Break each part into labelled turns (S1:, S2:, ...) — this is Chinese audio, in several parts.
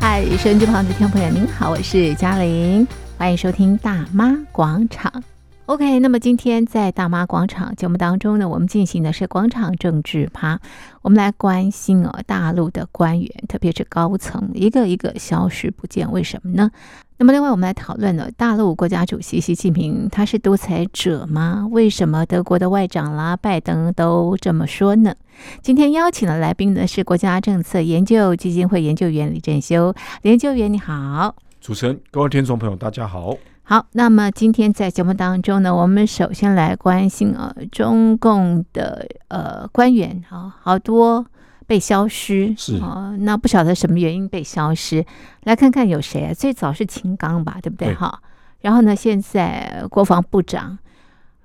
S1: 嗨，收音机旁的听众朋友，您好，我是嘉玲，欢迎收听《大妈广场》。OK，那么今天在《大妈广场》节目当中呢，我们进行的是广场政治趴，我们来关心哦大陆的官员，特别是高层，一个一个消失不见，为什么呢？那么，另外我们来讨论了大陆国家主席习近平，他是独裁者吗？为什么德国的外长啦、拜登都这么说呢？今天邀请的来宾呢是国家政策研究基金会研究员李振修，李研究员你好。
S2: 主持人，各位听众朋友，大家好。
S1: 好，那么今天在节目当中呢，我们首先来关心啊，中共的呃官员啊，好多被消失，
S2: 是
S1: 啊、那不晓得什么原因被消失，来看看有谁啊？最早是秦刚吧，对不对
S2: 对
S1: 哈？然后呢，现在国防部长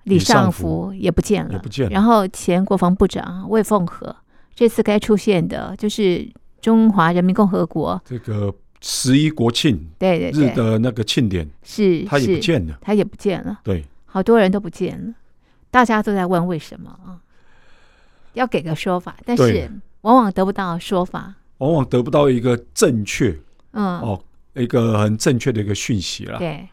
S1: 李
S2: 李尚
S1: 尚福也不见了，
S2: 也不见了
S1: 然后前国防部长魏凤和，这次该出现的就是中华人民共和国，
S2: 这个十一国庆
S1: 对对
S2: 日
S1: 对，
S2: 的那个庆典，
S1: 是
S2: 他也不
S1: 是，
S2: 见了。
S1: 他也不见了。
S2: 对，
S1: 好多人都不见了，大家都在问为什么啊？要给个说法，但
S2: 对
S1: 是往往得不到说法。
S2: 往往得不到一个正确
S1: 嗯，
S2: 哦，啊一个很正确的一个讯息啦。
S1: 对，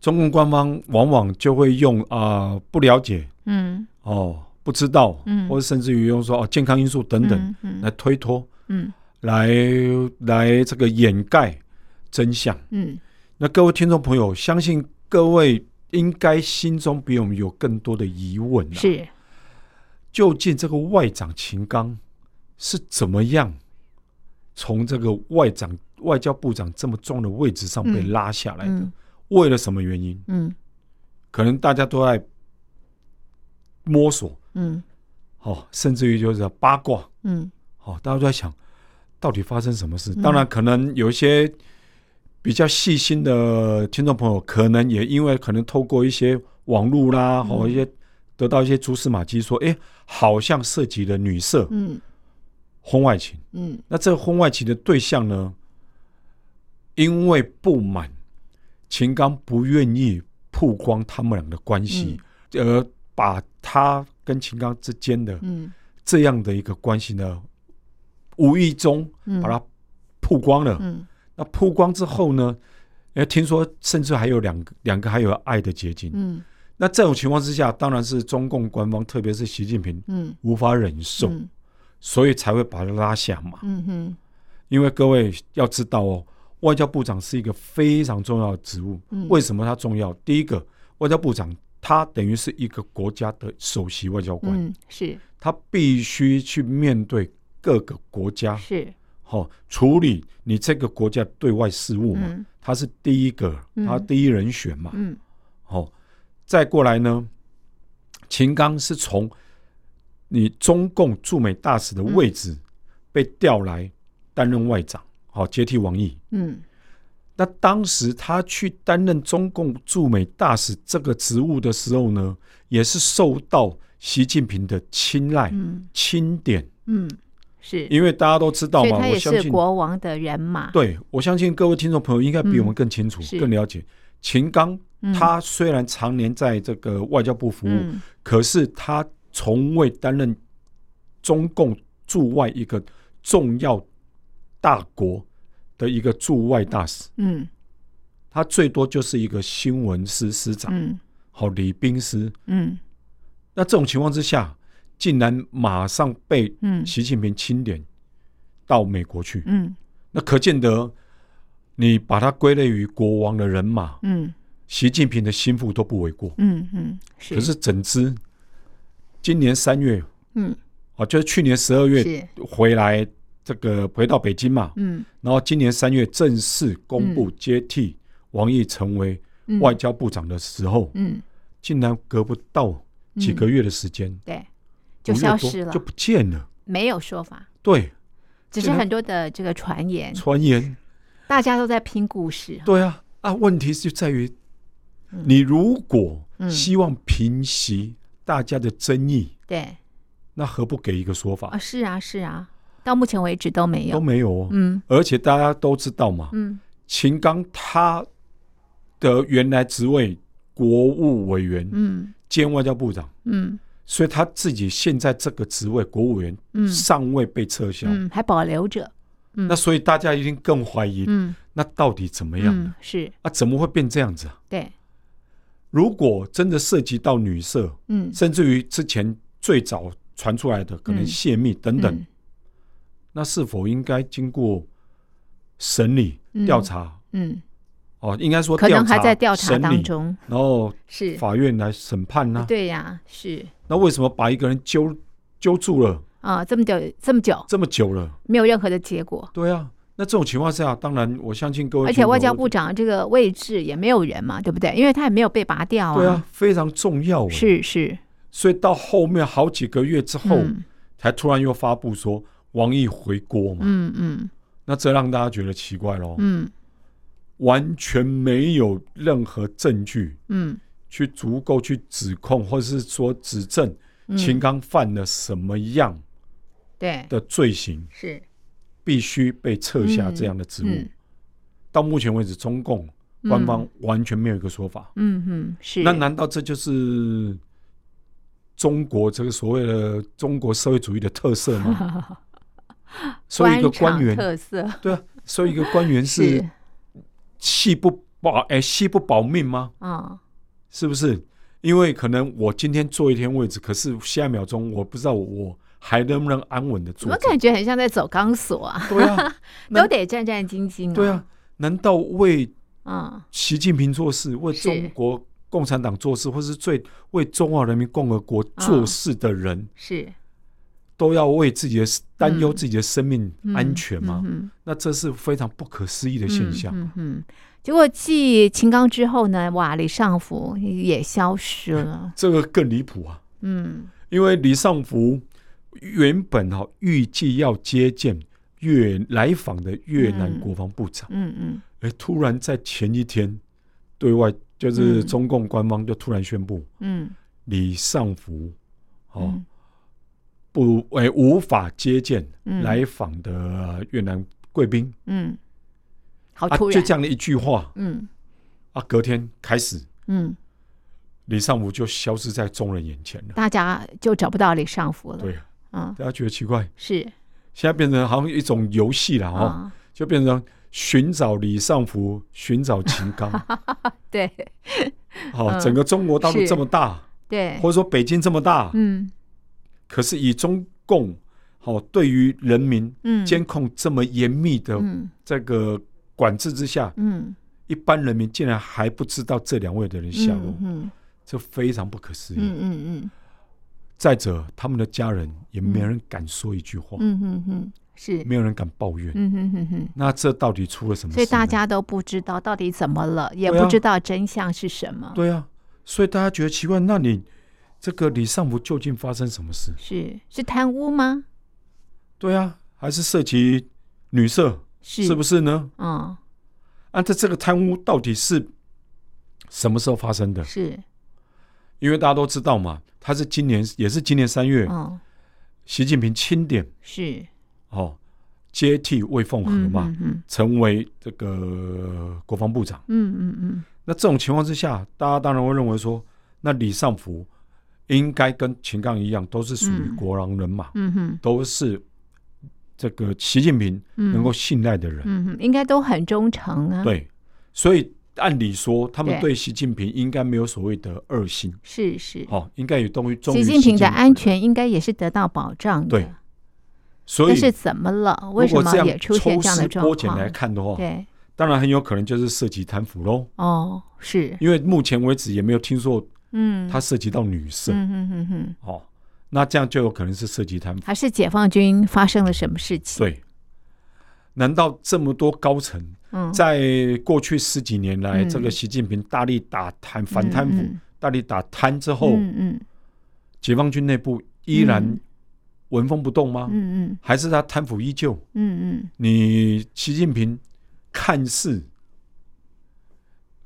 S2: 中共官方往往就会用啊、不了解
S1: 嗯
S2: 哦，不知道，
S1: 嗯
S2: 或者甚至于用说哦健康因素等等、
S1: 嗯嗯
S2: 来推脱，
S1: 嗯
S2: 来来这个掩盖真相。
S1: 嗯，
S2: 那各位听众朋友，相信各位应该心中比我们有更多的疑问啊。
S1: 是
S2: 究竟这个外长秦刚是怎么样从这个外长、外交部长这么重的位置上被拉下来的？
S1: 嗯
S2: 为了什么原因？
S1: 嗯
S2: 可能大家都在摸索，
S1: 嗯
S2: 哦，甚至于就是八卦，
S1: 嗯
S2: 哦，大家都在想到底发生什么事。
S1: 嗯
S2: 当然，可能有一些比较细心的听众朋友，可能也因为可能透过一些网络啦，或、哦、
S1: 嗯
S2: 一些得到一些蛛丝马迹，说，哎、好像涉及了女色。
S1: 嗯
S2: 婚外情。
S1: 嗯
S2: 那这个婚外情的对象呢，因为不满秦刚不愿意曝光他们俩的关系，而把他跟秦刚之间的
S1: 嗯
S2: 这样的一个关系呢，无意中
S1: 嗯，
S2: 把它曝光了。
S1: 嗯
S2: 那曝光之后呢？哎，听说甚至还有两个两个还有爱的结晶。
S1: 嗯
S2: 那这种情况之下，当然是中共官方，特别是习近平
S1: 嗯
S2: 无法忍受，
S1: 嗯
S2: 所以才会把他拉下马。
S1: 嗯哼
S2: 因为各位要知道哦，外交部长是一个非常重要的职务。
S1: 嗯，
S2: 为什么它重要？第一个，外交部长他等于是一个国家的首席外交官，
S1: 嗯是
S2: 他必须去面对各个国家，
S1: 是
S2: 好、处理你这个国家对外事务嘛，
S1: 嗯
S2: 他是第一个，
S1: 嗯
S2: 他第一人选嘛。
S1: 嗯
S2: 哦，再过来呢，秦刚是从你中共驻美大使的位
S1: 嗯
S2: 置被调来担任外长，好、接替王毅。
S1: 嗯
S2: 那当时他去担任中共驻美大使这个职务的时候呢，也是受到习近平的青睐、
S1: 嗯
S2: 钦点，
S1: 嗯是，
S2: 因为大家都知道
S1: 所以
S2: 嘛，
S1: 他也
S2: 我相
S1: 是
S2: 信，
S1: 国王的人马。
S2: 对我相信各位听众朋友应该比我们
S1: 嗯
S2: 更清楚、
S1: 是
S2: 更了解秦刚。
S1: 嗯，
S2: 他虽然常年在这个外交部服务，
S1: 嗯
S2: 可是他从未担任中共驻外一个重要大国的一个驻外大使，
S1: 嗯
S2: 他最多就是一个新闻司司长，
S1: 嗯
S2: 好、礼宾司。
S1: 嗯
S2: 那这种情况之下，竟然马上被
S1: 嗯
S2: 习近平钦点到美国去，
S1: 嗯
S2: 那可见得你把它归类于国王的人马，
S1: 嗯
S2: 习近平的心腹都不为过。
S1: 嗯嗯是，
S2: 可是整支今年三月
S1: 嗯
S2: 啊，就是去年十二月
S1: 是
S2: 回来，这个回到北京嘛，
S1: 嗯
S2: 然后今年三月正式公布接替王毅成为
S1: 嗯
S2: 外交部长的时候，
S1: 嗯
S2: 竟然隔不到几个月的时间，
S1: 对，嗯就
S2: 五月多
S1: 消失了
S2: 就，不见了。
S1: 没有说法，
S2: 对，
S1: 只是
S2: 竟然
S1: 很多的这个传言，
S2: 传
S1: 嗯
S2: 言，
S1: 大家都在拼故事哈。
S2: 对啊，啊，问题就在于你如果
S1: 嗯
S2: 希望平息大家的争议，
S1: 对
S2: 那何不给一个说
S1: 啊，
S2: 法？
S1: 是啊是啊，到目前为止都没
S2: 都
S1: 有。
S2: 没有哦。
S1: 嗯
S2: 而且大家都知道嘛，
S1: 嗯
S2: 秦刚他的原来职位国务委员
S1: 嗯
S2: 兼外交部长，
S1: 嗯
S2: 所以他自己现在这个职位国务委员
S1: 嗯
S2: 尚未被撤销，
S1: 嗯，还保留着。嗯
S2: 那所以大家一定更怀疑，
S1: 嗯
S2: 那到底怎么样、
S1: 嗯是
S2: 啊？怎么会变这样子啊？
S1: 对，
S2: 如果真的涉及到女色，
S1: 嗯
S2: 甚至于之前最早传出来的可能
S1: 嗯
S2: 泄密等等，
S1: 嗯
S2: 那是否应该经过审理
S1: 嗯
S2: 调查？
S1: 嗯，
S2: 哦，应该说
S1: 可能还在调
S2: 调
S1: 查
S2: 审
S1: 当
S2: 理，
S1: 中，
S2: 然后
S1: 是
S2: 法院来审判呢、啊
S1: 对呀，是
S2: 那为什么把一个人揪揪住了
S1: 啊，这么久这么久
S2: 这么久了？
S1: 没有任何的结果，
S2: 对啊，那这种情况下，当然我相信各位
S1: 而
S2: 听众，
S1: 且外交部长这个位置也没有人嘛，对不对？因为他也没有被拔掉
S2: 对啊，非常重要。，
S1: 是是，
S2: 所以到后面好几个月之后，
S1: 嗯
S2: 才突然又发布说王毅回国嘛，
S1: 嗯嗯
S2: 那这让大家觉得奇怪咯，
S1: 嗯
S2: 完全没有任何证据
S1: 嗯
S2: 去足够去指控，或是说指证
S1: 嗯，
S2: 秦刚犯了什么样
S1: 对
S2: 的罪行，
S1: 是
S2: 必须被撤下这样的职务。
S1: 嗯
S2: 到目前为止，中共官方完全没有一个说法。
S1: 嗯嗯是
S2: 那难道这就是中国这个所谓的中国社会主义的特色吗？ 所以一个官
S1: 场
S2: 员，
S1: 特色
S2: 对啊，所以一个官员是
S1: 是
S2: 戏不保哎戏不保命吗？
S1: 嗯
S2: 是不是？因为可能我今天坐一天位置，可是下一秒钟我不知道我还能不能安稳的
S1: 怎
S2: 坐
S1: 么
S2: 着。
S1: 感觉很像在走钢索啊？
S2: 对啊，那
S1: 都得战战兢兢、
S2: 对啊，，难道为
S1: 嗯
S2: 习近平做事，为
S1: 是
S2: 中国共产党做事，或是最为中华人民共和国做事的人，
S1: 是
S2: 都要为自己的担忧
S1: 嗯
S2: 自己的生命安全吗？
S1: 嗯
S2: 那这是非常不可思议的
S1: 嗯
S2: 现象。啊
S1: 嗯嗯嗯结果继秦刚之后呢，哇，李尚福也消失了。
S2: 这个更离谱啊！
S1: 嗯
S2: 因为李尚福原本哈、预计要接见越来访的越南
S1: 嗯
S2: 国防部长，
S1: 嗯嗯，
S2: 哎、突然在前一天对外就是
S1: 嗯
S2: 中共官方就突然宣布
S1: 嗯
S2: 李尚福哦。
S1: 嗯
S2: 不，哎、无法接见
S1: 嗯
S2: 来访的呃越南贵宾、
S1: 嗯，好
S2: 啊，
S1: 突
S2: 就
S1: 然，
S2: 这样的一句话
S1: 嗯
S2: 啊，隔天开始，
S1: 嗯，
S2: 李尚福就消失在众人眼前了。
S1: 大家就找不到李尚福了。
S2: 对，啊，
S1: 嗯，
S2: 大家觉得奇怪，
S1: 是
S2: 现在变成好像一种游戏了哦，
S1: 啊，
S2: 就变成寻找李尚福，寻找秦 刚，
S1: 对
S2: 好、
S1: 嗯
S2: 整个中国大陆
S1: 是
S2: 这么大，
S1: 对
S2: 或，者说北京这么大，
S1: 嗯
S2: 可是以中共好、对于人民
S1: 嗯，
S2: 监控这么严密的
S1: 嗯
S2: 这个管制之下，
S1: 嗯
S2: 一般人民竟然还不知道这两位的人下哦落，
S1: 嗯
S2: 这非常不可思
S1: 嗯
S2: 议。
S1: 嗯嗯
S2: 再者，他们的家人也没人敢说一句话，
S1: 嗯嗯嗯，是，
S2: 没有人敢抱怨。
S1: 嗯嗯嗯嗯。
S2: 那这到底出了什么事
S1: 所
S2: 呢？
S1: 以大家都不知道到底怎么了，也
S2: 对啊
S1: 不知道真相是什么。
S2: 对啊，所以大家觉得奇怪，那你这个李尚福究竟发生什么事？
S1: 是是贪污吗？
S2: 对啊，还是涉及女色，
S1: 是
S2: 是不
S1: 是？
S2: 是呢？
S1: 嗯，
S2: 按照这个贪污到底是什么时候发生的？
S1: 是，
S2: 因为大家都知道嘛，他是今年也是今年三月，
S1: 嗯，
S2: 习近平钦点
S1: 是，
S2: 哦接替魏凤和
S1: 嗯
S2: 嘛。
S1: 嗯嗯
S2: 成为这个国防部长。
S1: 嗯嗯嗯，
S2: 那这种情况之下，大家当然会认为说，那李尚福应该跟秦刚一样，都是属于
S1: 嗯
S2: 国狼人马，
S1: 嗯哼，
S2: 都是这个习近平
S1: 嗯
S2: 能够信赖的人。
S1: 嗯哼，应该都很忠诚啊。，
S2: 对，所以按理说，他们
S1: 对
S2: 对习近平应该没有所谓的恶心，
S1: 是是。
S2: 哦，应该有忠于忠于
S1: 习近平的安。全应该也是得到保障的。
S2: 对所
S1: 但
S2: 以，
S1: 是怎么了？为
S2: 如
S1: 什
S2: 果
S1: 么
S2: 这样
S1: 也出现
S2: 抽
S1: 这样
S2: 丝
S1: 的状
S2: 剥茧来
S1: 况？
S2: 看的话，
S1: 对，
S2: 当然很有可能就是涉及贪腐喽。
S1: 哦，是，
S2: 因为目前为止也没有听说
S1: 嗯，
S2: 它涉及到女色。
S1: 嗯嗯嗯嗯，
S2: 哦，那这样就有可能是涉及贪腐。
S1: 还是解放军发生了什么事情？
S2: 对，难道这么多高层
S1: 嗯，
S2: 在过去十几年来，
S1: 嗯
S2: 这个习近平大力打贪反贪腐、
S1: 嗯
S2: 大力打贪之后，
S1: 嗯嗯
S2: 解放军内部依然啊
S1: 嗯
S2: 纹风不动吗？
S1: 嗯嗯
S2: 还是他贪腐依旧？
S1: 嗯嗯，
S2: 你习近平看似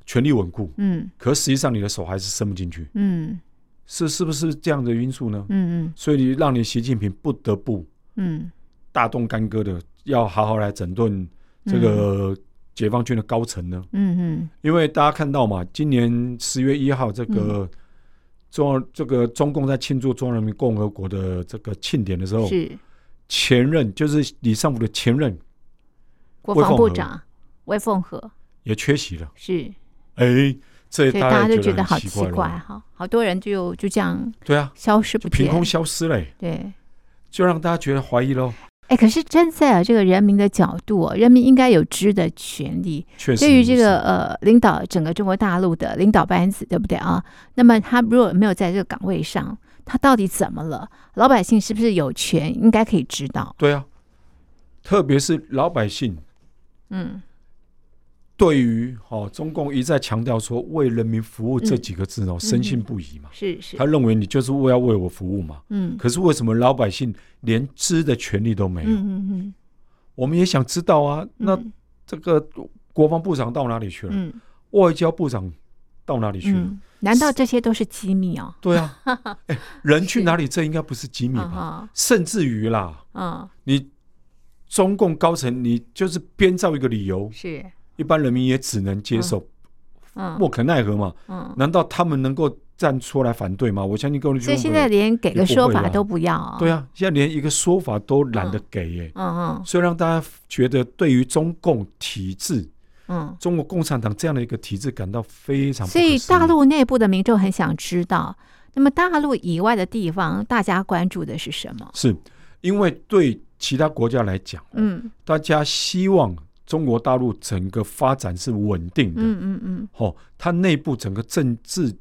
S2: 权力稳固，
S1: 嗯
S2: 可实际上你的手还是伸不进去，
S1: 嗯
S2: 是是不是这样的因素呢？
S1: 嗯
S2: 所以你让你习近平不得不
S1: 嗯
S2: 大动干戈的，要好好来整顿这个解放军的高层呢？
S1: 嗯
S2: 因为大家看到嘛，今年十月一号，这
S1: 嗯
S2: 个中、这个中共在庆祝中华人民共和国的这个庆典的时
S1: 嗯，
S2: 候，
S1: 是，
S2: 前任就是李尚福的前任
S1: 国
S2: 魏
S1: 防
S2: 凤
S1: 部
S2: 和
S1: 长魏凤和
S2: 也缺席了。
S1: 是，
S2: 哎，这
S1: 所以大家就
S2: 觉
S1: 觉得好
S2: 很
S1: 奇
S2: 怪
S1: 怪啊
S2: 了。
S1: 哈，好多人就就这样
S2: 对啊，
S1: 消失不
S2: 就凭
S1: 见
S2: 空。消失了、哎
S1: 对，
S2: 就让大家觉得怀疑喽。
S1: 哎，可是站在啊这个人民的角度、哦，人民应该有知的权利，
S2: 确实，
S1: 对于这个，呃领导整个中国大陆的领导班子，对不对啊？那么他如果没有在这个岗位上，他到底怎么了？老百姓是不是有权应该可以知道？
S2: 对啊，特别是老百姓
S1: 嗯，
S2: 对于哦中共一再强调说为人民服务
S1: 嗯
S2: 这几个字哦，深信不疑嘛。
S1: 是是
S2: 他，认为你就是为要为我服务嘛。
S1: 嗯
S2: 可是为什么老百姓连知的权利都没
S1: 嗯
S2: 有？
S1: 嗯嗯，
S2: 我们也想知道啊。那
S1: 嗯
S2: 这个国防部长到哪里去了？
S1: 嗯
S2: 外交部长到哪里去了？
S1: 嗯，难道这些都是机密哦？
S2: 对啊，哎、人去
S1: 是
S2: 哪里？这应该不是机密
S1: 啊
S2: 吧？
S1: 哈，
S2: 甚至于啦，
S1: 嗯，
S2: 你中共高层，你就是编造一个理由，
S1: 是，
S2: 一般人民也只能接受，
S1: 嗯
S2: 莫可奈何嘛。
S1: 嗯，
S2: 难道他们能够站出来反对吗？我相信各位
S1: 所
S2: 听
S1: 以
S2: 众
S1: 现
S2: 朋
S1: 在
S2: 友，
S1: 连给
S2: 也
S1: 个
S2: 不
S1: 说
S2: 会
S1: 法
S2: 啦
S1: 都不要啊？
S2: 对
S1: 啊，
S2: 啊，现在连一个说法都懒得给耶、
S1: 嗯
S2: 所以让大家觉得对于中共体制、
S1: 嗯
S2: 中国共产党这样的一个体制感到非
S1: 嗯，
S2: 常不
S1: 所
S2: 可
S1: 以
S2: 思议
S1: 大陆内部的民众很想知道，那么大陆以外的地方，大家关注的是什么？
S2: 是因为对其他国家来讲，
S1: 嗯
S2: 大家希望中国大陆整个发展是稳定的，
S1: 嗯嗯嗯
S2: 哦，它内部整个政治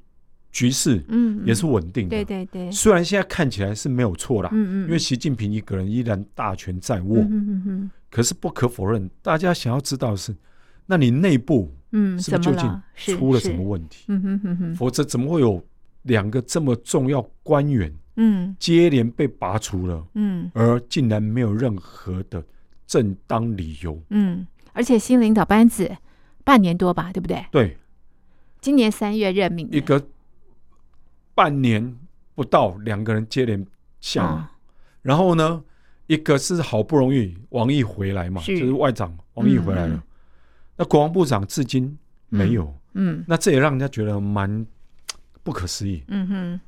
S2: 局势
S1: 嗯，嗯
S2: 也是稳定的。
S1: 对对对，
S2: 虽然现在看起来是没有错啦，
S1: 嗯嗯，
S2: 因为习近平一个人依然大权在握，
S1: 嗯嗯嗯嗯
S2: 可是不可否认，大家想要知道的是，那你内部
S1: 嗯，
S2: 是不
S1: 怎
S2: 是
S1: 么
S2: 究
S1: 了？是
S2: 竟出了什
S1: 是
S2: 么问题？
S1: 嗯哼哼哼，
S2: 否则怎么会有两个这么重要官员
S1: 嗯
S2: 接连被拔除了，
S1: 嗯
S2: 而竟然没有任何的正当理由？
S1: 嗯，而且新领导班子半年多吧，对不对？
S2: 对，
S1: 今年三月任命的
S2: 一个半年不到，两个人接连下马，
S1: 嗯
S2: 然后呢，一个是好不容易王毅回来嘛，
S1: 是
S2: 就是外长王毅回来了，
S1: 嗯
S2: 那国防部长至今没有，
S1: 嗯
S2: 那这也让人家觉得蛮不可思议。
S1: 嗯哼，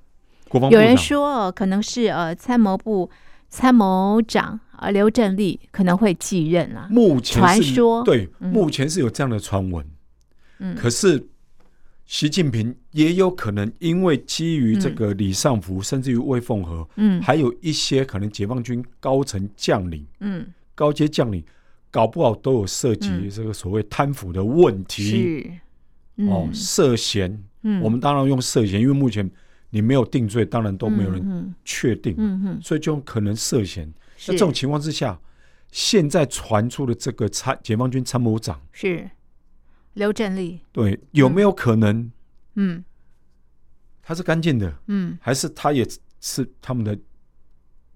S2: 国防部
S1: 有
S2: 长
S1: 人说哦可能是呃参谋部参谋长呃刘振立可能会继任啊，
S2: 目前
S1: 传
S2: 是
S1: 说
S2: 对，
S1: 嗯
S2: 目前是有这样的传闻，
S1: 嗯
S2: 可是。习近平也有可能因为基于这个李尚福，甚至于魏凤和，
S1: 嗯
S2: 还有一些可能解放军高层将领、
S1: 嗯
S2: 高阶将领，搞不好都有涉
S1: 嗯
S2: 及这个所谓贪腐的问题、
S1: 是
S2: 哦
S1: 嗯，
S2: 涉嫌。
S1: 嗯
S2: 我们当然用涉嫌，因为目前你没有定罪，当然都没有人
S1: 嗯
S2: 确定，
S1: 嗯嗯，
S2: 所以就可能涉嫌。
S1: 是
S2: 那这种情况之下，现在传出的这个参解放军参谋长，
S1: 是刘振立，
S2: 对，有没有可能
S1: 嗯
S2: 他是干净的，
S1: 嗯。
S2: 还是他也是他们的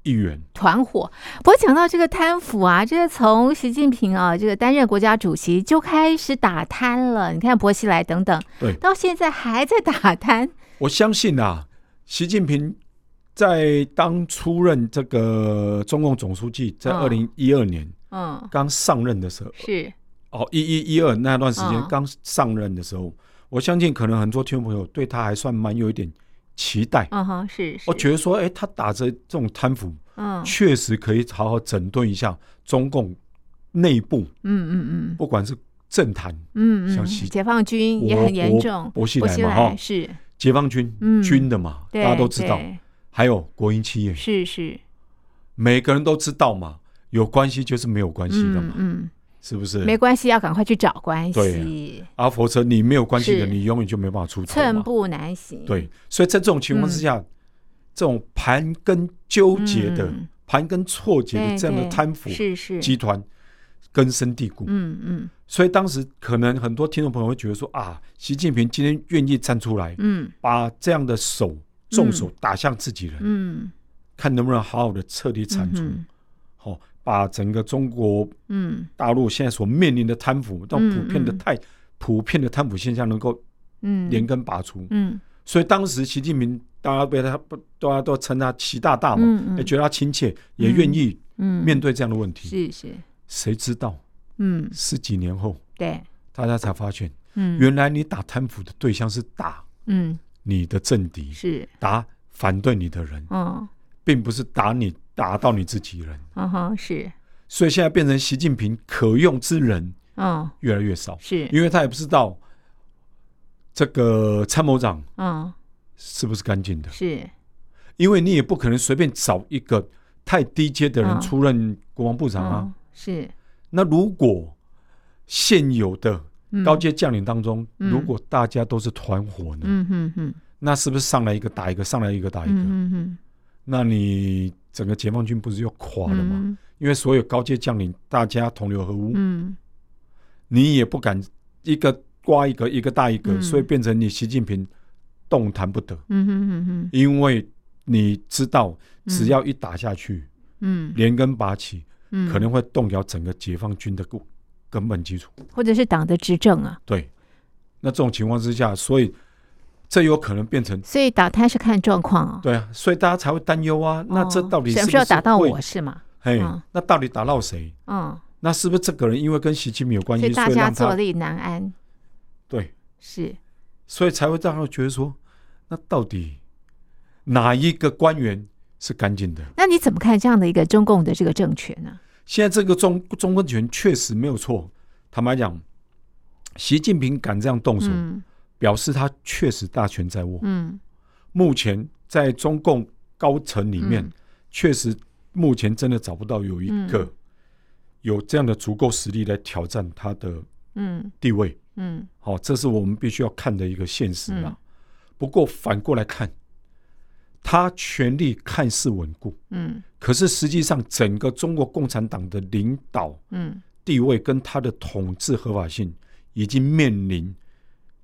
S2: 一员？
S1: 团伙。不过讲到这个贪腐啊，这个从习近平啊这个担任国家主席就开始打贪了。你看薄熙来等等，
S2: 对
S1: 到现在还在打贪。
S2: 我相信啊，习近平在当出任这个中共总书记，在二
S1: 嗯
S2: 零一二年
S1: 嗯，
S2: 刚上任的时候，
S1: 是，
S2: 哦，一一一二那段时
S1: 嗯
S2: 间刚上任的时候，我相信可能很多听众朋友对他还算蛮有一点期待。
S1: 嗯哼，是，是
S2: 我觉得说，哎，他打着这种贪腐，
S1: 嗯
S2: 确实可以好好整顿一下中共内部，
S1: 嗯嗯嗯
S2: 不管是政坛、
S1: 嗯嗯，
S2: 像习
S1: 解放军也很严重，
S2: 薄熙
S1: 薄
S2: 来
S1: 熙
S2: 嘛，
S1: 来
S2: 哈，
S1: 是，
S2: 解放军、
S1: 嗯
S2: 军的嘛，大
S1: 对，
S2: 家都知道，
S1: 对
S2: 还有国营企业，
S1: 是是，
S2: 每个人都知道嘛，有关系就是没有关系的
S1: 嗯
S2: 嘛，
S1: 嗯，
S2: 是不是？
S1: 没关系，要赶快去找关系
S2: 对，啊，否则你没有关系的，
S1: 是
S2: 你永远就没办法出头
S1: 寸
S2: 嘛。
S1: 步嗯难行。
S2: 对，所以在这种情况之下，这种盘根纠结的、
S1: 嗯
S2: 盘根错节
S1: 对，
S2: 的这样的
S1: 对
S2: 贪腐
S1: 是是，
S2: 集团根深蒂固。
S1: 嗯嗯
S2: 所以当时可能很多听众朋友会觉得说啊，习近平今天愿意站出来，
S1: 嗯
S2: 把这样的手重手打向自己人，
S1: 嗯
S2: 看能不能好好的彻底铲除，
S1: 嗯
S2: 好、把整个中国
S1: 嗯
S2: 大陆现在所面临的贪腐，到
S1: 嗯
S2: 普遍的
S1: 嗯
S2: 太、普遍的贪腐现象能够
S1: 嗯，
S2: 连根拔除。
S1: 嗯
S2: 所以当时习近平大家被他不，大家都称他习大大嘛，
S1: 嗯嗯
S2: 也觉得他亲切，也愿意
S1: 嗯，
S2: 面对这样的问题。
S1: 是是，
S2: 谁知道
S1: 嗯，
S2: 十几年后，
S1: 对，
S2: 大家才发现，
S1: 嗯，
S2: 原来你打贪腐的对象是打
S1: 嗯
S2: 你的政敌，
S1: 是，
S2: 打反对你的人，
S1: 嗯
S2: 并不是打你打到你自己人。
S1: 嗯哼是，
S2: 所以现在变成习近平可用之人
S1: 嗯，
S2: 越来越少，
S1: 是，
S2: 因为他也不知道这个参谋长
S1: 嗯，
S2: 是不是干净的，
S1: 是，
S2: 因为你也不可能随便找一个太低阶的
S1: 嗯
S2: 人出任国防部长啊。
S1: 嗯，是，
S2: 那如果现有的
S1: 嗯
S2: 高，阶将领当中，
S1: 嗯
S2: 如果大家都是团伙呢，
S1: 嗯哼哼，
S2: 那是不是上来一个打一个，上来一个打一个？
S1: 嗯哼哼，
S2: 那你整个解放军不是又垮了吗？
S1: 嗯
S2: 因为所有高阶将领大家同流合污，
S1: 嗯，
S2: 你也不敢一个刮一个，一个大一个，
S1: 嗯
S2: 所以变成你习近平动弹不得，
S1: 嗯哼哼哼，
S2: 因为你知道，
S1: 嗯
S2: 只要一打下去，
S1: 嗯
S2: 连根拔起，
S1: 嗯，
S2: 可能会动摇整个解放军的根根本基础。
S1: 或者是党的执政啊，
S2: 对，那这种情况之下，所以这有可能变成
S1: 所以打他是看状况哦。
S2: 对啊，所以大家才会担忧啊。那这
S1: 哦
S2: 到底
S1: 什
S2: 是
S1: 么时
S2: 不是
S1: 候打到
S2: 会
S1: 我？是吗？
S2: 嘿
S1: 嗯，
S2: 那到底打到谁？
S1: 嗯，
S2: 那是不是这个人因为跟习近平有关
S1: 所
S2: 系，
S1: 以大
S2: 所以
S1: 家
S2: 让
S1: 坐
S2: 他
S1: 立难安，
S2: 对，
S1: 是，
S2: 所以才会让他觉得说，那到底哪一个官员是干净的？
S1: 那你怎么看这样的一个中共的这个政权呢、
S2: 现在这个中中国权确实没有错。坦白讲，习近平敢这样动手，
S1: 嗯
S2: 表示他确实大权在握。
S1: 嗯，
S2: 目前在中共高层里面，
S1: 嗯
S2: 确实目前真的找不到有一个
S1: 嗯
S2: 有这样的足够实力来挑战他的
S1: 嗯
S2: 地位。
S1: 嗯
S2: 好、这是我们必须要看的一个现实啦。
S1: 嗯
S2: 不过反过来看，他权力看似稳固，
S1: 嗯
S2: 可是实际上整个中国共产党的领导
S1: 嗯
S2: 地位跟他的统治合法性已经面临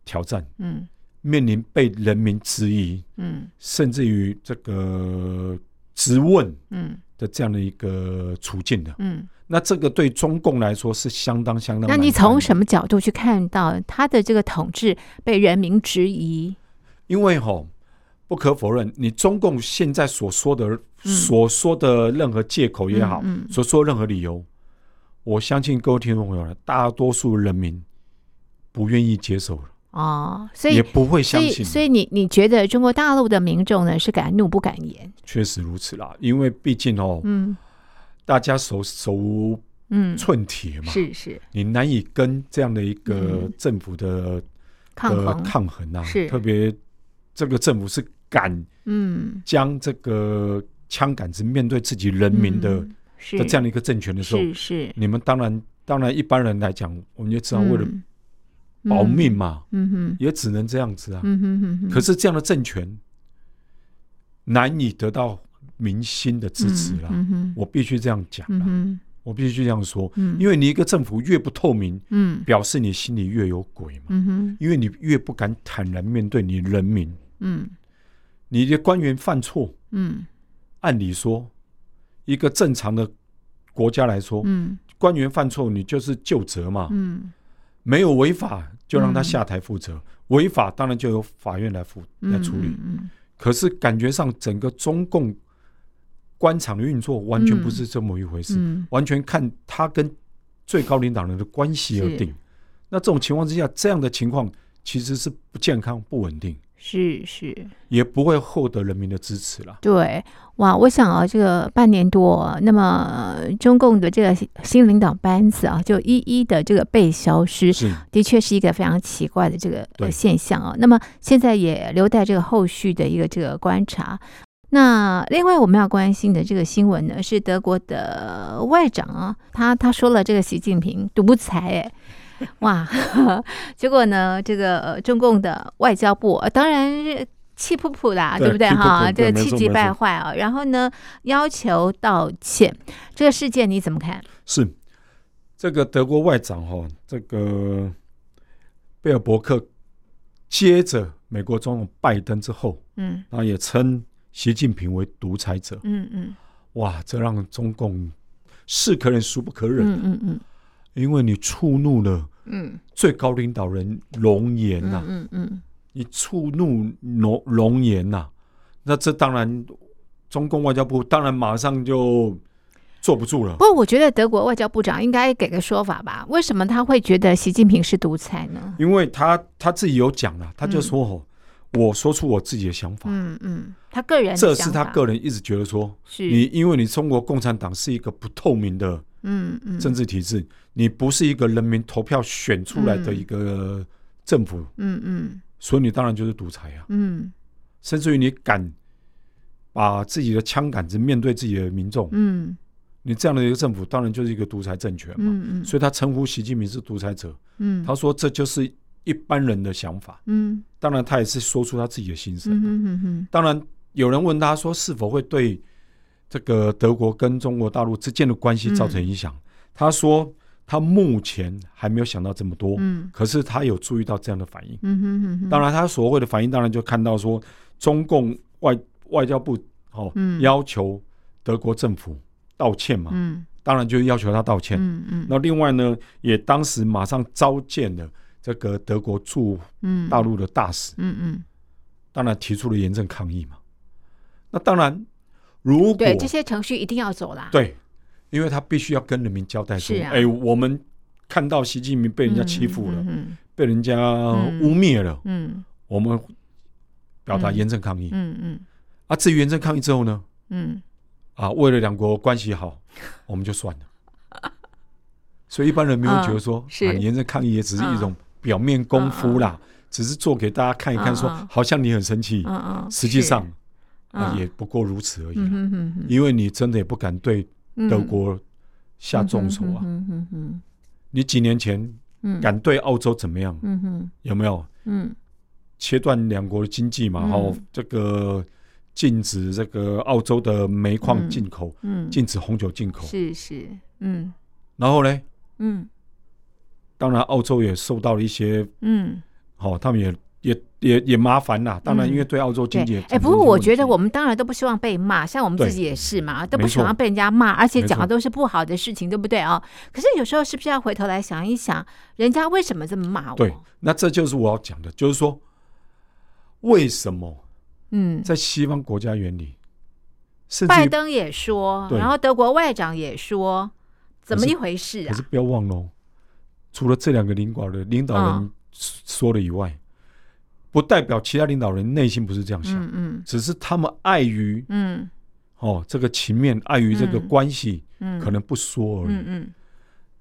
S2: 挑战，
S1: 嗯
S2: 面临被人民质疑，
S1: 嗯
S2: 甚至于这个质问
S1: 嗯
S2: 的这样的一个处境的。
S1: 嗯。
S2: 那这个对中共来说是相当相当
S1: 那
S2: 难看的。
S1: 你从什么角度去看到他的这个统治被人民质疑？
S2: 因为哈、不可否认，你中共现在所说的、
S1: 嗯
S2: 所说的任何借口也好，
S1: 嗯嗯
S2: 所说任何理由，我相信各位听众朋友，大多数人民不愿意接受了，
S1: 哦，所
S2: 也
S1: 以
S2: 不会
S1: 所
S2: 相
S1: 以
S2: 信了。
S1: 所以你你觉得中国大陆的民众呢是敢怒不敢言？
S2: 确实如此啦，因为毕竟哦，
S1: 嗯
S2: 大家手手无
S1: 嗯，
S2: 寸铁嘛，
S1: 是是
S2: 你难以跟这样的一个
S1: 嗯
S2: 政府的、
S1: 抗
S2: 呃
S1: 衡，
S2: 抗衡啊，
S1: 是
S2: 特别这个政府是敢
S1: 嗯，
S2: 将这个枪杆子面对自己人民的、
S1: 嗯是
S2: 的这样的一个政权的时候，
S1: 是是，
S2: 你们当然当然一般人来讲，我们就知道为了
S1: 嗯
S2: 保命，嘛，
S1: 嗯嗯哼
S2: 也只能这样子啊。
S1: 嗯哼哼哼，
S2: 可是这样的政权难以得到民心的支持啦，
S1: 嗯哼，
S2: 我必须这样讲
S1: 嗯
S2: 啦，
S1: 哼，
S2: 我必须这样说，
S1: 嗯，
S2: 因为你一个政府越不透明，
S1: 嗯
S2: 表示你心里越有鬼嘛，
S1: 嗯哼
S2: 因为你越不敢坦然面对你人民，
S1: 嗯
S2: 你的官员犯错，
S1: 嗯
S2: 按理说，一个正常的国家来说，
S1: 嗯
S2: 官员犯错你就是就责嘛，
S1: 嗯
S2: 没有违法就让他
S1: 嗯
S2: 下台负责，违法当然就由法院来负来
S1: 嗯
S2: 处理。
S1: 嗯
S2: 可是感觉上整个中共官场的运作完全
S1: 嗯
S2: 不是这么一回事，
S1: 嗯
S2: 完全看他跟最高领导人的关系而
S1: 是
S2: 定。那这种情况之下，这样的情况其实是不健康、不稳定，
S1: 是是。
S2: 也不会获得人民的支持啦。
S1: 对，哇，我想啊，这个半年多，那么呃中共的这个新新领导班子啊，就一一的这个被消失，
S2: 是
S1: 的确是一个非常奇怪的这个呃
S2: 对
S1: 现象啊。那么现在也留待这个后续的一个这个观察。那另外我们要关心的这个新闻呢，是德国的外长啊，他他说了这个习近平独裁哎。哇， 结果呢？这个、呃中共的外交部、呃当然是气噗噗啦，
S2: 对
S1: 对不对
S2: 气噗噗
S1: 哈？
S2: 对
S1: 这
S2: 没
S1: 气
S2: 错
S1: 急
S2: 没
S1: 败
S2: 错
S1: 坏啊。然后呢，要求道歉。这个事件你怎么看？
S2: 是，这个德国外长哈、这个贝尔伯克接着美国总统拜登之后，
S1: 嗯
S2: 然后也称习近平为独裁者。
S1: 嗯嗯
S2: 哇，这让中共是可忍孰不可忍，
S1: 嗯嗯嗯
S2: 因为你触怒了
S1: 嗯
S2: 最高领导人龙颜呐、
S1: 嗯嗯嗯
S2: 你触怒龙龙颜呐、那这当然，中共外交部当然马上就坐不住了
S1: 不。过，我觉得德国外交部长应该给个说法吧？为什么他会觉得习近平是独裁呢？
S2: 因为他他自己有讲了，他就说哦，我说出我自己的想法，
S1: 嗯嗯，他个人的
S2: 这是
S1: 想
S2: 他
S1: 法嗯
S2: 个人一直觉得说，
S1: 是
S2: 你因为你中国共产党是一个不透明的
S1: 嗯嗯
S2: 政治体制，你不是一个人民投票选出来的一个政府，
S1: 嗯嗯
S2: 所以你当然就是独裁啊，
S1: 嗯
S2: 甚至于你敢把自己的枪杆子面对自己的民众，
S1: 嗯
S2: 你这样的一个政府当然就是一个独裁政权嘛。
S1: 嗯嗯
S2: 所以他称呼习近平是独裁者，
S1: 嗯，
S2: 他说这就是一般人的想法。
S1: 嗯
S2: 当然，他也是说出他自己的心声。
S1: 嗯哼哼哼，
S2: 当然，有人问他说是否会对这个德国跟中国大陆之间的关系造成影响，
S1: 嗯
S2: 他说他目前还没有想到这么多，
S1: 嗯
S2: 可是他有注意到这样的反应。
S1: 嗯哼哼哼，
S2: 当然，他所谓的反应，当然就看到说中共外外交部哦、
S1: 嗯
S2: 要求德国政府道歉嘛，
S1: 嗯
S2: 当然就要求他道歉。
S1: 嗯嗯，
S2: 那另外呢，也当时马上召见了这个德国驻
S1: 嗯
S2: 大陆的大使，
S1: 嗯嗯，
S2: 当然提出了严正抗议嘛。那当然，如果
S1: 对，这些程序一定要走啦，
S2: 对因为他必须要跟人民交代说，
S1: 是
S2: 哎、
S1: 啊
S2: 我们看到习近平被
S1: 嗯，
S2: 人家欺负了，
S1: 嗯
S2: 被人家
S1: 嗯
S2: 污蔑了，
S1: 嗯
S2: 我们表达
S1: 嗯
S2: 严正抗议。
S1: 嗯嗯
S2: 啊，至于严正抗议之后呢，
S1: 嗯
S2: 啊，为了两国关系好，我们 就算了。所以一般人没有觉得说，
S1: 嗯是嗯
S2: 啊，你严正抗议也只是一种表面功夫啦，只是做给大家看一看说，
S1: 嗯嗯
S2: 好像你很生气，
S1: 嗯嗯，
S2: 实际上、啊
S1: 嗯
S2: 也不过如此而已啦。啊
S1: 嗯哼哼
S2: 因为你真的也不敢对
S1: 哼，
S2: 德国下重手啊！
S1: 嗯哼哼
S2: 你几年前
S1: 嗯，
S2: 敢对澳洲怎么样？
S1: 嗯哼
S2: 有没有
S1: 嗯
S2: 切断两国的经济嘛？
S1: 嗯
S2: 然后这个禁止这个澳洲的煤矿进口，
S1: 嗯，
S2: 禁止红酒进口。
S1: 是是，嗯
S2: 然后呢，
S1: 嗯
S2: 当然澳洲也受到了一些，
S1: 嗯。
S2: 哦，他们也也也也麻烦啦。当然，
S1: 嗯
S2: 因为对澳洲经济也
S1: 对，
S2: 产
S1: 哎，
S2: 生
S1: 不过我觉
S2: 一些
S1: 得
S2: 问
S1: 我
S2: 题
S1: 们当然都不希望被骂，像我们自己也是嘛，都不
S2: 没
S1: 喜欢
S2: 错
S1: 被人家骂，而且
S2: 没
S1: 讲的
S2: 错
S1: 都是不好的事情，对不对啊、可是有时候是不是要回头来想一想，人家为什么这么骂我？
S2: 对，那这就是我要讲的，就是说为什么
S1: 嗯，
S2: 在西方国家原理，甚至于
S1: 拜登也说，
S2: 对
S1: 然后德国外长也说，怎么
S2: 可是
S1: 一回事
S2: 可
S1: 啊
S2: 是？不要忘了哦，除了这两个领导的领导人
S1: 嗯
S2: 说的以外，不代表其他领导人内心不是啊这样想，
S1: 嗯嗯
S2: 只是他们碍于
S1: 嗯
S2: 哦这个情面，碍于这个
S1: 嗯
S2: 关系，
S1: 嗯，
S2: 可能不啊说而已。
S1: 嗯嗯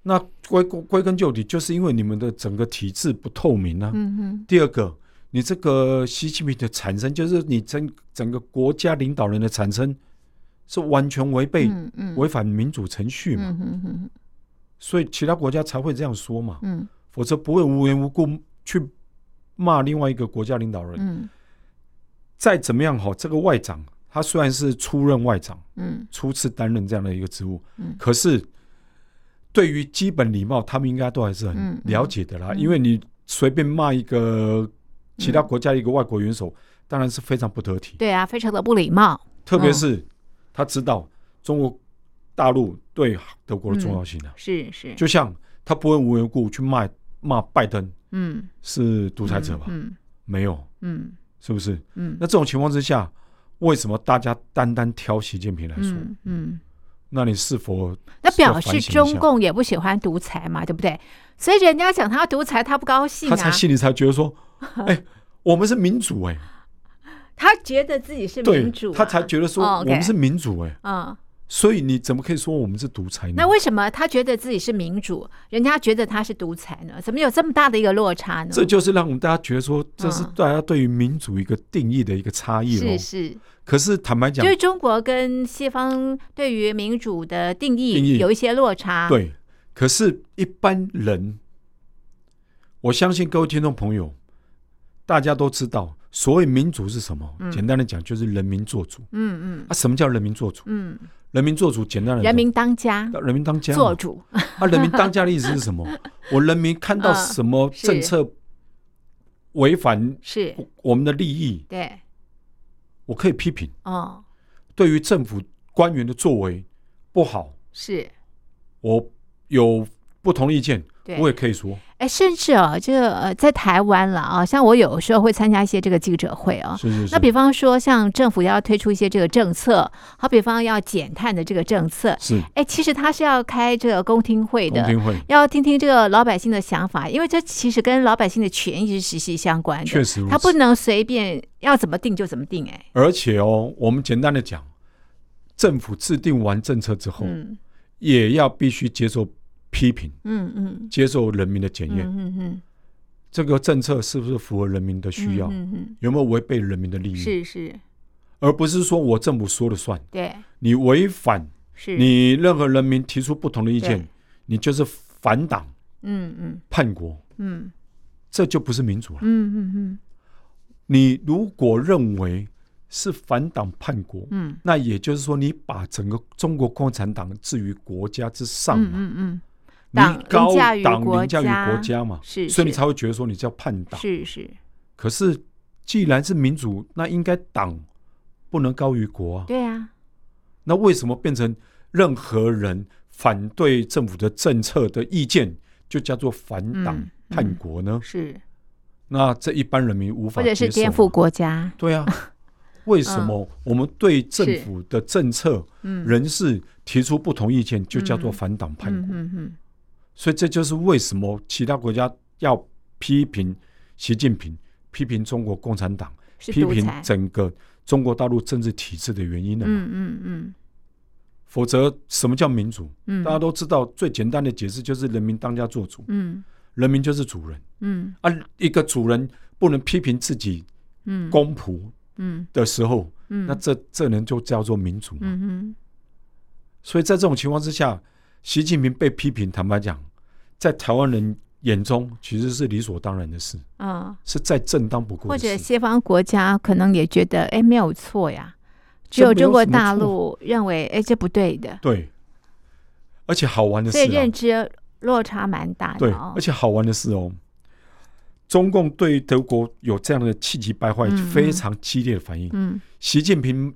S2: 那归归根究底，就是因为你们的整个体制不透明啊。
S1: 嗯嗯
S2: 第二个，你这个习近平的产生，就是你整整个国家领导人的产生，是完全违背、
S1: 嗯嗯
S2: 违反民主程序嘛，
S1: 嗯嗯嗯
S2: 所以其他国家才会这样说嘛。
S1: 嗯
S2: 否则不会无缘无故去骂另外一个国家领导人。
S1: 嗯
S2: 再怎么样好，这个外长他虽然是出任外长，
S1: 嗯
S2: 初次担任这样的一个职务，
S1: 嗯
S2: 可是对于基本礼貌，他们应该都还是
S1: 嗯
S2: 很
S1: 嗯
S2: 了解的啦。
S1: 嗯
S2: 因为你随便骂一个其他国家的一个外国元首，当然是非常不得体，
S1: 嗯对啊，嗯非常的不礼貌。
S2: 特别是他知道中国大陆对德国的重要性啊，
S1: 是是，
S2: 就像他不会无缘无故去骂骂拜登
S1: 嗯，
S2: 是独裁者吧？
S1: 嗯
S2: 没有。
S1: 嗯
S2: 是不是？
S1: 嗯，
S2: 那这种情况之下，为什么大家单单挑习近平来说？
S1: 嗯嗯。
S2: 那你是否
S1: 那表
S2: 要
S1: 示
S2: 反省一
S1: 中
S2: 下
S1: 共也不喜欢独裁嘛，对不对？所以人家讲他要独裁，他不高兴
S2: 他才
S1: 啊，
S2: 心里才觉 得说，哎、我们是民主哎、
S1: 他觉得自己是
S2: 对
S1: 民主、，啊，
S2: 他才觉得说
S1: 哦
S2: 我
S1: ，OK
S2: 们是民主哎、
S1: 嗯。
S2: 所以你怎么可以说我们是独裁呢？
S1: 那为什么他觉得自己是民主，人家觉得他是独裁呢？怎么有这么大的一个落差呢？
S2: 这就是让我们大家觉得说，这是
S1: 嗯
S2: 大家对于民主一个定义的一个差异喽
S1: 是。是，
S2: 可是坦白
S1: 就
S2: 讲，
S1: 是中国跟西方对于民主的定
S2: 定
S1: 义
S2: 义
S1: 有一些落差。，
S2: 对，可是一般人，我相信各位听众朋友，大家都知道，所谓民主是什么？
S1: 嗯
S2: 简单的讲，就是人民做主。
S1: 嗯嗯
S2: 啊，什么叫人民做主？
S1: 嗯，
S2: 人民做主，简单的
S1: 人民当家
S2: 人民当家嘛
S1: 做主，
S2: 啊，人民当家的意思是什 么？我人民看到
S1: 嗯
S2: 什么
S1: 是
S2: 政策违反
S1: 是
S2: 我我们的利益，
S1: 对
S2: 我可以批评。
S1: 哦，
S2: 对于政府官员的作为不好，
S1: 是
S2: 我有不同意见，
S1: 对
S2: 我也可以说
S1: 哎，甚至哦，这个呃，在台湾了啊，像我有时候会参加一些这个记者会啊。
S2: 是是是。
S1: 那比方说，像政府要推出一些这个政策，好比方要减碳的这个政策，
S2: 是
S1: 哎，其实他是要开这个公听会
S2: 公
S1: 的，
S2: 听会，
S1: 要听听这个老百姓的想法，因为这其实跟老百姓的权益是息息相关
S2: 确
S1: 的。
S2: 实如
S1: 他不
S2: 此。
S1: 能随便要怎么定就怎么定，哎，
S2: 而且哦，我们简单的讲，政府制定完政策之后，
S1: 嗯
S2: 也要必须接受批评，
S1: 嗯嗯
S2: 接受人民的检
S1: 嗯
S2: 验。
S1: 嗯嗯，
S2: 这个政策是不是符合人民的需要？
S1: 嗯嗯
S2: 有没有违背人民的
S1: 嗯，
S2: 利益？
S1: 是是，
S2: 而不是说我政府说了算，
S1: 对，
S2: 你违反
S1: 是，
S2: 你任何人民提出不同的意
S1: 对
S2: 见，你就是反党
S1: 嗯嗯
S2: 叛国，
S1: 嗯
S2: 这就不是民主了。
S1: 嗯嗯嗯
S2: 你如果认为是反党叛国，
S1: 嗯
S2: 那也就是说你把整个中国共产党置于国家之上
S1: 嗯
S2: 嘛，
S1: 嗯嗯，
S2: 你
S1: 党
S2: 高
S1: 凌驾
S2: 党
S1: 于国
S2: 凌驾于国
S1: 家
S2: 家嘛，
S1: 是，
S2: 所以你
S1: 是
S2: 才会觉得说你叫叛党。
S1: 是是，
S2: 可是既然是民主，那应该党不能高于国啊。
S1: 对啊，
S2: 那为什么变成任何人反对政府的政策的意见就叫做反党
S1: 嗯嗯
S2: 叛国呢？
S1: 是，
S2: 那这一般人民无法
S1: 或者是
S2: 接受
S1: 颠
S2: 啊
S1: 覆国嗯家，
S2: 对啊，为什么我们对政府的政策、
S1: 嗯，
S2: 人士提出不同意见，就叫做反党叛
S1: 嗯
S2: 国？
S1: 嗯嗯，
S2: 所以这就是为什么其他国家要批评习近平、批评中国共产党、
S1: 是
S2: 批
S1: 独
S2: 评
S1: 裁，
S2: 整个中国大陆政治体制的原因呢？
S1: 嗯嗯嗯
S2: 否则，什么叫民主？
S1: 嗯，
S2: 大家都知道，最简单的解释就是人民当家做主，
S1: 嗯
S2: 人民就是主人
S1: 嗯
S2: 啊。一个主人不能批评自己
S1: 嗯
S2: 公仆
S1: 嗯
S2: 的时候，
S1: 嗯，
S2: 那这这人就叫做民主嘛。
S1: 嗯嗯
S2: 所以在这种情况之下，习近平被批评，坦白讲，在台湾人眼中其实是理所当然的事，
S1: 啊，
S2: 是再正当不过
S1: 或者
S2: 的事。
S1: 西方国家可能也觉得，哎，没有错呀，只
S2: 这
S1: 有
S2: 没有
S1: 中国
S2: 什么
S1: 大
S2: 错
S1: 陆认为，哎，这不对的，
S2: 对，而且好玩的是、
S1: 所以
S2: 啊
S1: 认，知落差蛮大
S2: 对
S1: 的，哦
S2: 而。且好玩的是哦，中共对德国有这样的气急败坏
S1: 嗯嗯，
S2: 非常激烈的反应。
S1: 嗯，
S2: 习近平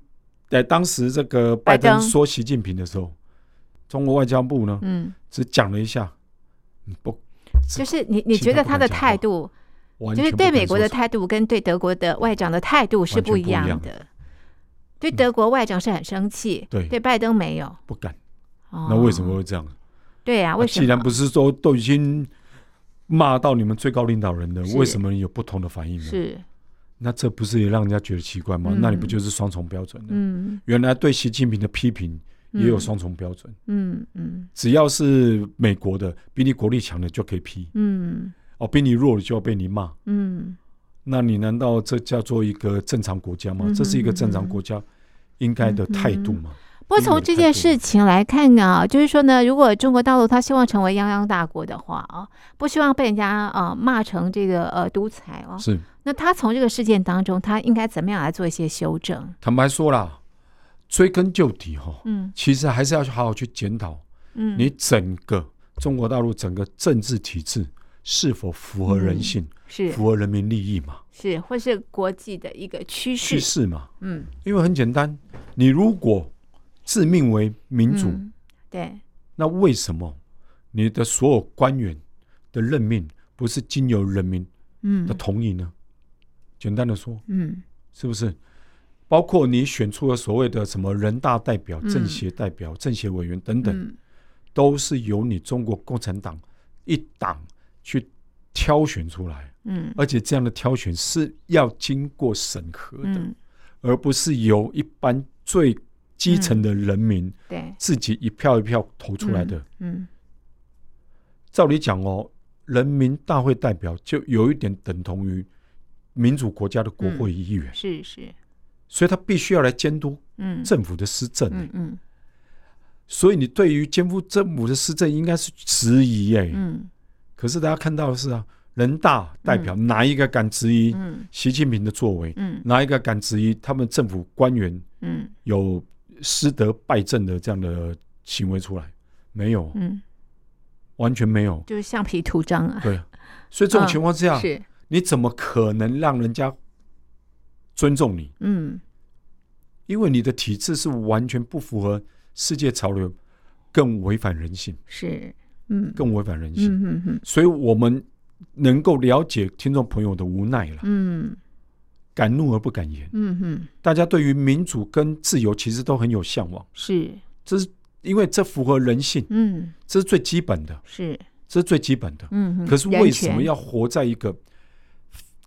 S2: 在当时这个
S1: 拜
S2: 拜
S1: 登
S2: 登说习近平的时候，中国外交部呢
S1: 嗯，
S2: 只讲了一下，嗯不
S1: 就是你你
S2: 其
S1: 觉
S2: 他
S1: 得
S2: 不
S1: 他
S2: 敢
S1: 的
S2: 讲
S1: 态
S2: 话
S1: 度，
S2: 完
S1: 就
S2: 全
S1: 是
S2: 不
S1: 对
S2: 敢
S1: 美国
S2: 说
S1: 的
S2: 什么
S1: 态度跟对德国的外长的态度是
S2: 完
S1: 不
S2: 全不
S1: 一
S2: 一
S1: 样
S2: 样嗯
S1: 的。对德国外长是很生气，
S2: 对
S1: 对拜登没有。
S2: 不敢，
S1: 哦
S2: 那为什么？会这样？
S1: 对呀、
S2: 那
S1: 为什么？
S2: 既然不是说都已经骂到你们最高领导人了
S1: 是，
S2: 为什么有不同的反应呢？
S1: 是，
S2: 那这不是也让人家觉得奇怪吗？
S1: 嗯
S2: 那你不就是双重标准了？
S1: 嗯
S2: 原来对习近平的批评也有
S1: 嗯
S2: 双重标准，
S1: 嗯嗯
S2: 只要是美国的比你国力强的就可以批，
S1: 嗯
S2: 哦，比你弱的就要被你骂。
S1: 嗯
S2: 那你难道这叫做一个正常国家吗？
S1: 嗯
S2: 这是一个正常国家应该的态度吗？
S1: 不过从这件事情来看啊，就是说呢，如果中国大陆他希望成为泱泱大国的话啊，不希望被人家呃骂成这个呃独裁哦，
S2: 是，
S1: 那他从这个事件当中，他应该怎么样来做一些修正？
S2: 坦白说啦，追根究底哈、
S1: 嗯
S2: 其实还是要去好好去检讨
S1: 嗯，
S2: 你整个中国大陆整个政治体制是否符合人性、
S1: 嗯是
S2: 符合人民利益嘛、
S1: 是，或是国际的一个趋势
S2: 趋。势嘛？
S1: 嗯，
S2: 因为很简单，你如果自命为民主，
S1: 嗯对，
S2: 那为什么你的所有官员的任命不是经由人民
S1: 嗯
S2: 的同意呢？简单的说，
S1: 嗯
S2: 是不是？包括你选出了所谓的什么人大代表、
S1: 嗯
S2: 政协代表、政协委员等等，
S1: 嗯
S2: 都是由你中国共产党一党去挑选出来，
S1: 嗯
S2: 而且这样的挑选是要经过审核的，
S1: 嗯，
S2: 而不是由一般最基层的人民
S1: 对，
S2: 自己一票一票投出来的。
S1: 嗯
S2: 照理讲哦，人民大会代表就有一点等同于民主国家的国
S1: 嗯
S2: 会议员，
S1: 是是，
S2: 所以他必须要来监督
S1: 嗯
S2: 政府的施政。
S1: 嗯嗯
S2: 所以你对于监督政府的施政应该是质疑哎、
S1: 嗯
S2: 可是大家看到的是啊，人大代表哪一个敢质疑
S1: 嗯
S2: 习近平的作为？
S1: 嗯
S2: 哪一个敢质疑他们政府官员
S1: 嗯
S2: 有失德败政的这样的行为出来？没有，
S1: 嗯，
S2: 完全没有。
S1: 就是橡皮图章啊，
S2: 对， 所以这种
S1: 嗯
S2: 情况之下，
S1: 是，
S2: 你怎么可能让人家尊重你？
S1: 嗯
S2: 因为你的体制是完全不符合世界潮流，更违反人性。
S1: 是，嗯
S2: 更违反人性。
S1: 嗯嗯嗯
S2: 所以我们能够了解听众朋友的无奈了，
S1: 嗯
S2: 敢怒而不敢言。
S1: 嗯嗯，
S2: 大家对于民主跟自由其实都很有向往，
S1: 是，
S2: 这是因为这符合人性，
S1: 嗯
S2: 这是最基本的，
S1: 是，
S2: 这是最基本的。
S1: 嗯哼，
S2: 可是
S1: 人
S2: 为什么
S1: 权
S2: 要活在一个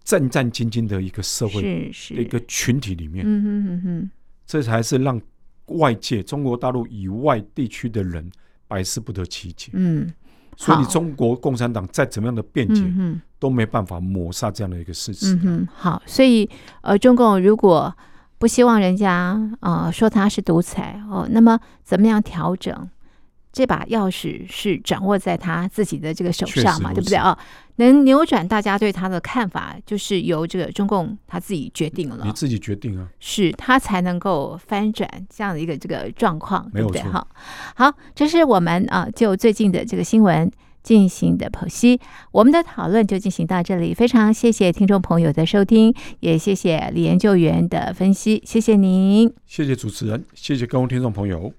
S2: 战战兢兢的一个社会
S1: 是是
S2: 的一个群体里面？
S1: 嗯哼嗯哼，
S2: 这才是让外界中国大陆以外地区的人百思不得其解。
S1: 嗯
S2: 所以你
S1: 好
S2: 中国共产党再怎么样的辩解，
S1: 嗯哼
S2: 都没办法抹杀这样的一个事实
S1: 嗯。哼，好，所以呃，中共如果不希望人家呃说他是独裁哦，那么怎么样调整？这把钥匙是掌握在他自己的这个手
S2: 确
S1: 上
S2: 实
S1: 嘛，
S2: 如
S1: 对不对
S2: 此
S1: 啊、哦？能扭转大家对他的看法，就是由这个中共他自己决定了
S2: 你。自己决定啊，
S1: 是他才能够翻转这样的一个这个状况，对
S2: 没有
S1: 不对？
S2: 错
S1: 哈，好，这是我们啊、就最近的这个新闻进行的剖析，我们的讨论就进行到这里。非常谢谢听众朋友的收听，也谢谢李研究员的分析，谢谢您。
S2: 谢谢主持人，谢谢各位听众朋友。